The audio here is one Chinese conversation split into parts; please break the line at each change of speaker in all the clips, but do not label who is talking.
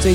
最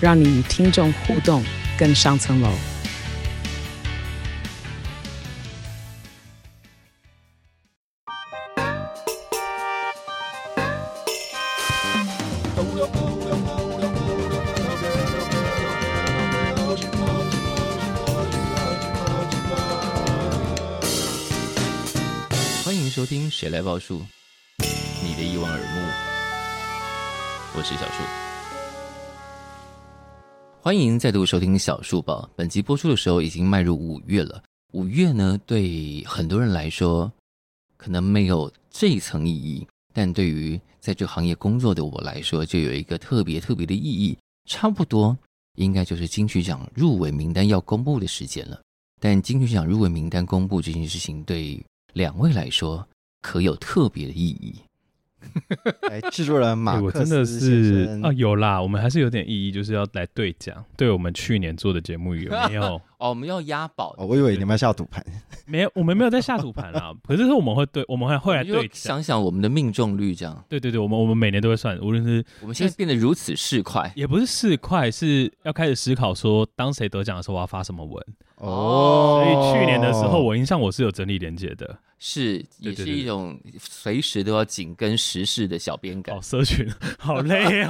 让你与听众互动更上层楼。
欢迎收听《谁来报数》，你的一望而目，我是小树。欢迎再度收听小树报。本集播出的时候已经迈入五月了。五月呢，对很多人来说，可能没有这一层意义，但对于在这行业工作的我来说，就有一个特别特别的意义。差不多应该就是金曲奖入围名单要公布的时间了。但金曲奖入围名单公布这件事情，对两位来说可有特别的意义。
哎，制作人马
哎我
克
真的
思
是
先生
啊，有啦，我们还是有点意义，就是要来对讲，对我们去年做的节目有 没有？
哦，我们要押宝
哦，我以为你们要下赌盘，
没有，我们没有在下赌盘啦，可是我们会对，我们还会来
就
对讲，
想想我们的命中率这样，
对对对，我们我们每年都会算，无论是
我们现在变得如此市侩。
也不是四块，是要开始思考说，当谁得奖的时候我要发什么文。
哦
所以去年的时
哦
候，我印象我是有整理连接的，
是，也
对对
是
对
一种随时都要紧跟时事的小编感
哦，。社群好累哦，因为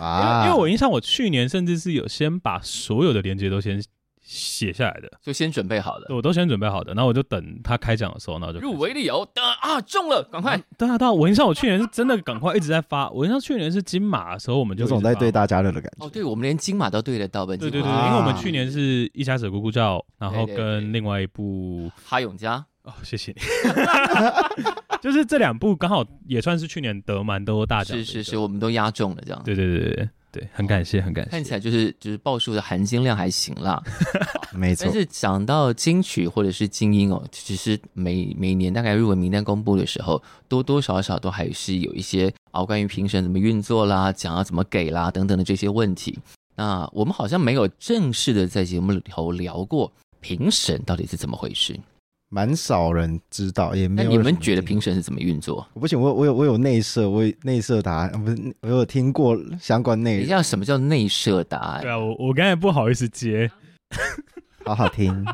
啊，
因为我印象我去年甚至是有先把所有的连接都先写下来的，
就先准备好了，
我都先准备好的，然后我就等他开奖的时候，然后就开始
入围的有的啊，中了，赶快！
对啊，对啊，我印象我去年是真的赶快一直在发，我印象去年是金马的时候，我们就
有种
一直发
在对大家乐的感觉。
哦，对，我们连金马都对得到，本
对
金
对对，
马
因为我
啊
们去年是一家子咕咕叫，然后
对对对
跟另外一部
哈永嘉
哦，谢谢你， 就是这两部刚好也算是去年得蛮多大奖，
是是是，，我们都压中了这样。
对对对对对，很感谢很感
看
谢，
起来就是就是报数的含金量还行啦，
没错
但，是讲到金曲或者是精英哦，其实每每年大概入围名单公布的时候，多多少少都还是有一些啊关于评审怎么运作啦、奖要怎么给啦等等的这些问题。那我们好像没有正式的在节目里头聊过评审到底是怎么回事。
蛮少人知道，也没
那
有。
你们觉得评？审是怎么运作？
我不行，我有我有我有内设，我有内设答案，啊不是，我有听过相关内
等一
容，
下，什么叫内设答案？
对啊，我我刚才不好意思接，
好好听。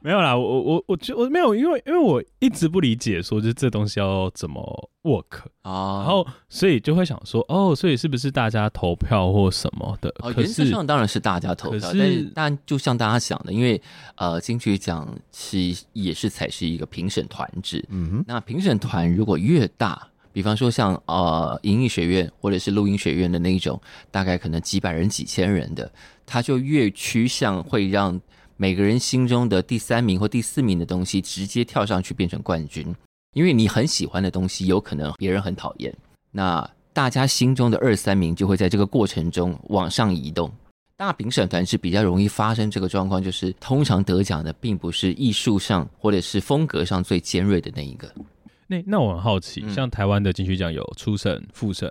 没有啦，我我我就我没有，因为因为我一直不理解说就是这东西要怎么 work，
哦，
然后所以就会想说，哦，所以是不是大家投票或什么的？
哦，
可
原则
是
上当然是大家投
可
票，
是
但是但就像大家想的，因为呃金曲奖是也是才是一个评审团制，
嗯
那评审团如果越大，比方说像呃音艺学院或者是录音学院的那一种，大概可能几百人、几千人的，它就越趋向会让每个人心中的第三名或第四名的东西直接跳上去变成冠军，因为你很喜欢的东西，有可能别人很讨厌，那大家心中的二三名就会在这个过程中往上移动。大评审团是比较容易发生这个状况，就是通常得奖的并不是艺术上或者是风格上最尖锐的那一个。
那那我很好奇，
嗯
像台湾的金曲奖有初审、复审，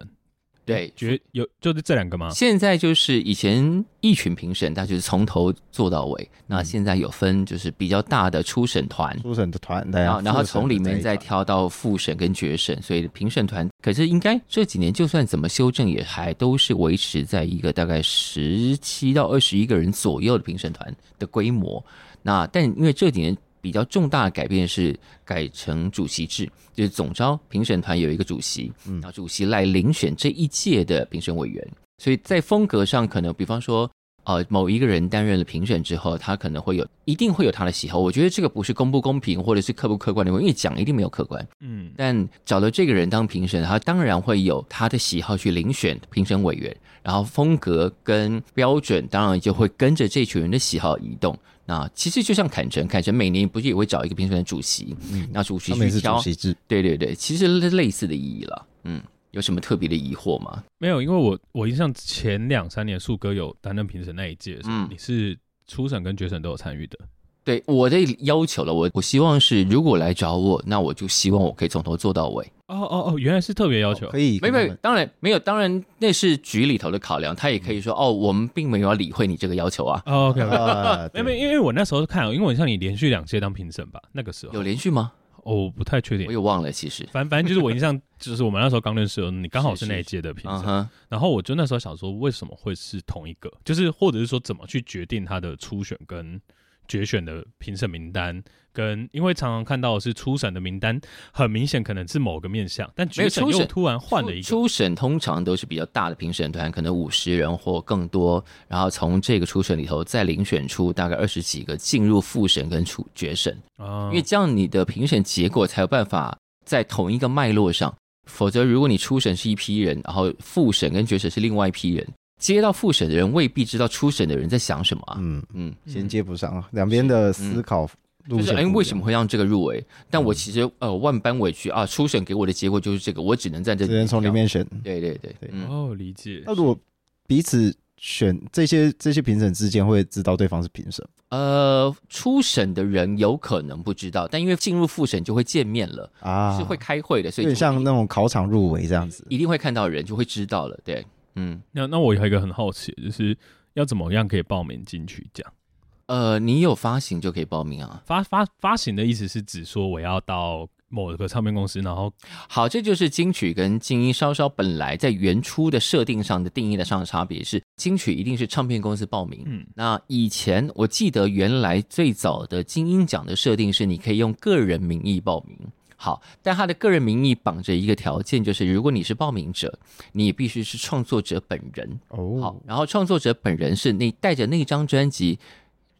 对，
决有就是这两个吗？
现在就是以前一群评审，他就是从头做到尾。那现在有分就是比较大的初审团
哼，，初审的团啊的
然
呀
后，哦啊然后
复审
从里面
的那
再
一
挑到复审跟决审，所以评审团可是应该这几年就算怎么修正，也还都是维持在一个大概十七到二十一个人左右的评审团的规模。那但因为这几年比较重大的改变是改成主席制，就是总招评审团有一个主席，
嗯
然后主席来遴选这一届的评审委员，所以在风格上可能比方说呃某一个人担任了评审之后，他可能会有一定会有他的喜好。我觉得这个不是公不公平或者是客不客观的问题，因为奖一定没有客观。
嗯，
但找了这个人当评审，他当然会有他的喜好去遴选评审委员，然后风格跟标准当然就会跟着这群人的喜好移动。那其实就像坎城，坎城每年不是也会找一个评审的主席，
嗯
那主席
他们也
去
是主
挑，
席制，
对对对，其实类似的意义了。嗯，有什么特别的疑惑吗？
没有，因为我我印象前两三年树哥有担任评审那一届的时候，
嗯
你是初审跟决审都有参与的。
对我的要求了，我我希望是如果来找我，那我就希望我可以从头做到尾。
哦哦哦，原来是特别要求。
可以
没
跟他们，
没，当然没有，当然那是局里头的考量，他也可以说哦，我们并没有要理会你这个要求啊。
哦，OK，没
啊，
有没有，
对
因为我那时候看，因为我像你连续两届当评审吧，那个时候
有连续吗？
哦，我不太确定
我，也忘了，其实。
反反正就是我印象，就是我们那时候刚认识的时候，你刚好是那一届的评
嗯
审，
哼，
然后我就那时候想说，为什么会是同一个？就是或者是说，怎么去决定他的初选跟决选的评审名单？跟因为常常看到的是初审的名单，很明显可能是某个面向，但决
没有初
又
审
突然换了一个。
初初审通常都是比较大的评审团，可能五十人或更多，然后从这个初审里头再遴选出大概二十几个进入复审跟初决审，
啊
因为这样你的评审结果才有办法在同一个脉络上。否则，如果你初审是一批人，然后复审跟决审是另外一批人，接到复审的人未必知道初审的人在想什么啊。
嗯，
嗯，
衔接不上，哦两边的思考路
就是
线
哎，为
不一样嗯
什么会让这个入围？但我其实呃万般委屈啊，初审给我的结果就是这个，我只能在这
只能从里
挑。
面选？
对对对
对，
嗯，
哦，理解
那如果彼此选这些这些评审之间会知道对方是评审，
呃，初审的人有可能不知道，但因为进入复审就会见面了，
啊，
是会开会的，所
有
以就
点像那种考场入围这样子。
一定会看到人，就会知道了。对，嗯，
那那我有一个很好奇，就是要怎么样可以报名金曲奖？
呃，你有发行就可以报名啊。
发发发行的意思是指说我要到某个唱片公司，然后
好，这就是金曲跟金音稍稍本来在原初的设定上的定义的上的差别是，金曲一定是唱片公司报名。
嗯
那以前我记得原来最早的金鹰奖的设定是你可以用个人名义报名。好，但他的个人名义绑着一个条件，就是如果你是报名者，你也必须是创作者本人。好
哦，，
然后创作者本人是你带着那张专辑，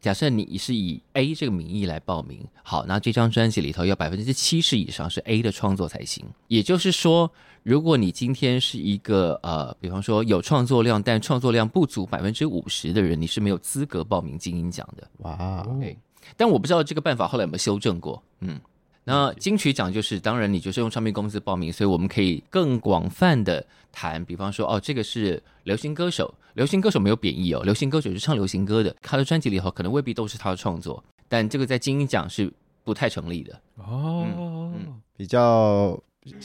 假设你是以 A 这个名义来报名，好，那这张专辑里头有百分之七十以上是 A 的创作才行。也就是说，如果你今天是一个呃，比方说有创作量，但创作量不足百分之五十的人，你是没有资格报名金鹰奖的。
哇，
对，但我不知道这个办法后来有没有修正过。嗯，那金曲奖就是，当然你就是用唱片公司报名，所以我们可以更广泛的谈，比方说，哦，这个是流行歌手，流行歌手没有贬义哦，流行歌手是唱流行歌的，他的专辑里头可能未必都是他的创作，但这个在金鹰奖是不太成立的，
哦，
嗯
比较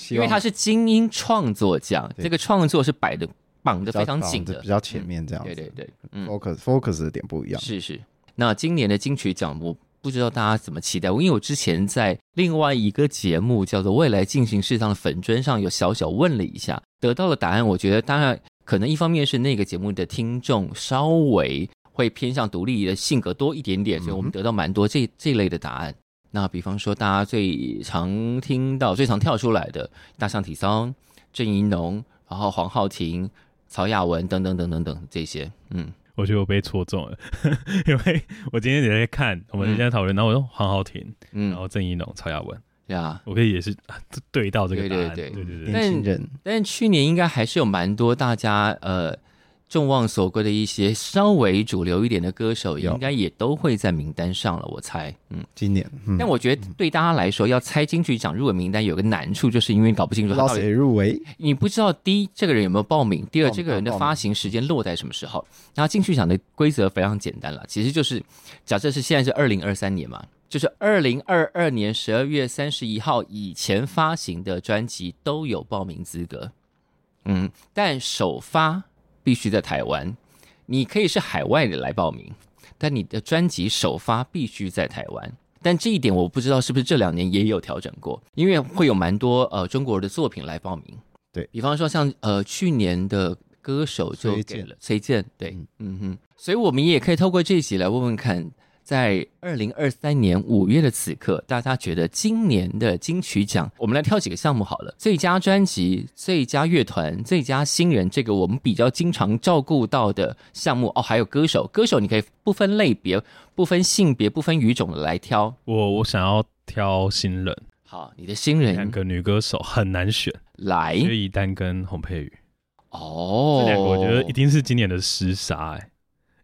因为它是金鹰创作奖，
对
这个创作是摆的绑
比
的
较
非常
绑
紧
得
的
比，较前面这样子。
对对对，嗯。
focus focus 的点不一样。
是是，那今年的金曲奖，我不知道大家怎么期待，因为我之前在另外一个节目叫做《未来进行式》上的粉砖上有小小问了一下，得到的答案，我觉得当然可能一方面是那个节目的听众稍微会偏向独立的性格多一点点，所以我们
嗯哼
得到蛮多这这类的答案。那比方说，大家最常听到、最常跳出来的大象体操、郑怡农，然后黄浩庭、曹雅文等等等等等这些，嗯，
我觉得我被戳中了， 因为我今天也在看我们今天讨论，然后我说黄浩庭，
嗯
然后郑一农、曹雅文，
对啊，
我可以也是啊对对到这个答案，
对对嗯
对
对
对
但
年轻人
但去年应该还是有蛮多大家呃众望所归的一些稍微主流一点的歌手，
有
应该也都会在名单上了，我猜。嗯，
今年，嗯，
但我觉得对大家来说，要猜金曲奖入围名单有个难处，就是因为搞不清
不
楚
知
他
道
到底
谁入围，
你不知道第一这个人有没有报名，第二
报名
这个人的发行时间落在什么时候。然后进去奖的规则非常简单了，其实就是假设是现在是二零二三年嘛，就是二零二二年十二月三十一号以前发行的专辑都有报名资格。嗯，但首发必须在台湾，你可以是海外的来报名，但你的专辑首发必须在台湾。但这一点我不知道是不是这两年也有调整过，因为会有蛮多呃中国的作品来报名。
对
比方说像呃去年的歌手就
崔
给
健
了崔健，对，
嗯
嗯哼，所以我们也可以透过这一集来问问看，在二零二三年五月的此刻，大家觉得今年的金曲奖，我们来挑几个项目好了：最佳专辑、最佳乐团、最佳新人，这个我们比较经常照顾到的项目哦，还有歌手，歌手你可以不分类别、不分性别、不分语种的来挑。
我我想要挑新人，
好，你的新
两
人
个女歌手很难选，
来
薛一丹跟洪佩瑜，
哎哦，
这两个我觉得一定是今年的厮杀、欸，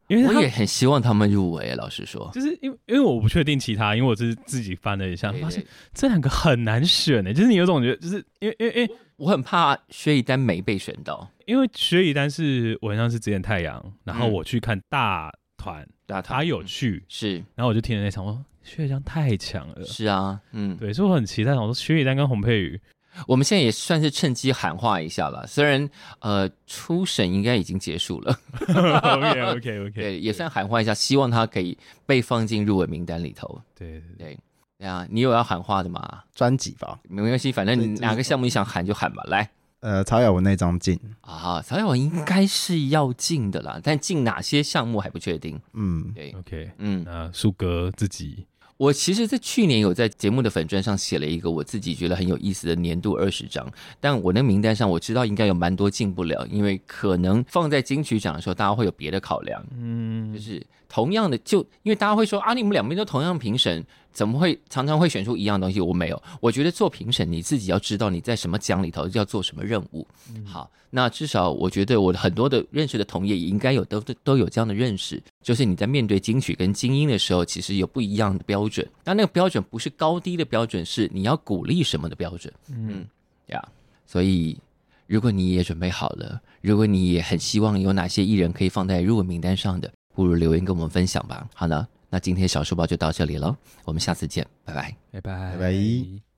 因为
我
他
也很希望他们入围，啊老实说。
就是因为因为我不确定其他，因为我只是自己翻了一下，
对
发现
对
这两个很难选呢、哎就是你有种觉得，就是因为因为因为
我很怕薛一丹没被选到
因为学以丹是我好像是之前太阳，然后
嗯
我去看大团，
大唐，
他有去，
是
然后我就听了那场，我说薛以丹太强了，
是啊，嗯，
对，所以我很期待，我说薛以丹跟洪佩 瑜，
我们现在也算是趁机喊话一下了。虽然呃初审应该已经结束了，
OK OK OK，
对，也算喊话一下，希望他可以被放进入围名单里头。
对对对，
对，对啊，你有要喊话的吗？
专辑吧，
没关系，反正你
对就是
哪个项目你想喊就喊吧，来。
呃，曹雅文那张进，
啊，曹耀文应该是要进的啦，但进哪些项目还不确定。
嗯，
对，
OK，
嗯，
那树哥自己
我其实，在去年有在节目的粉砖上写了一个我自己觉得很有意思的年度二十张，但我那名单上我知道应该有蛮多进不了，因为可能放在金曲奖的时候，大家会有别的考量。
嗯
就，是同样的，就因为大家会说啊，你们两边都同样评审，怎么会常常会选出一样东西？我没有，我觉得做评审你自己要知道你在什么奖里头要做什么任务。好，那至少我觉得我很多的认识的同业也应该有都都都有这样的认识，就是你在面对金曲跟精英的时候，其实有不一样的标准。那那个标准不是高低的标准，是你要鼓励什么的标准。嗯，呀、所以如果你也准备好了，如果你也很希望有哪些艺人可以放在入围名单上的，不如留言跟我们分享吧。好了，那今天小书包就到这里了，我们下次见，拜拜。
拜
拜
拜
拜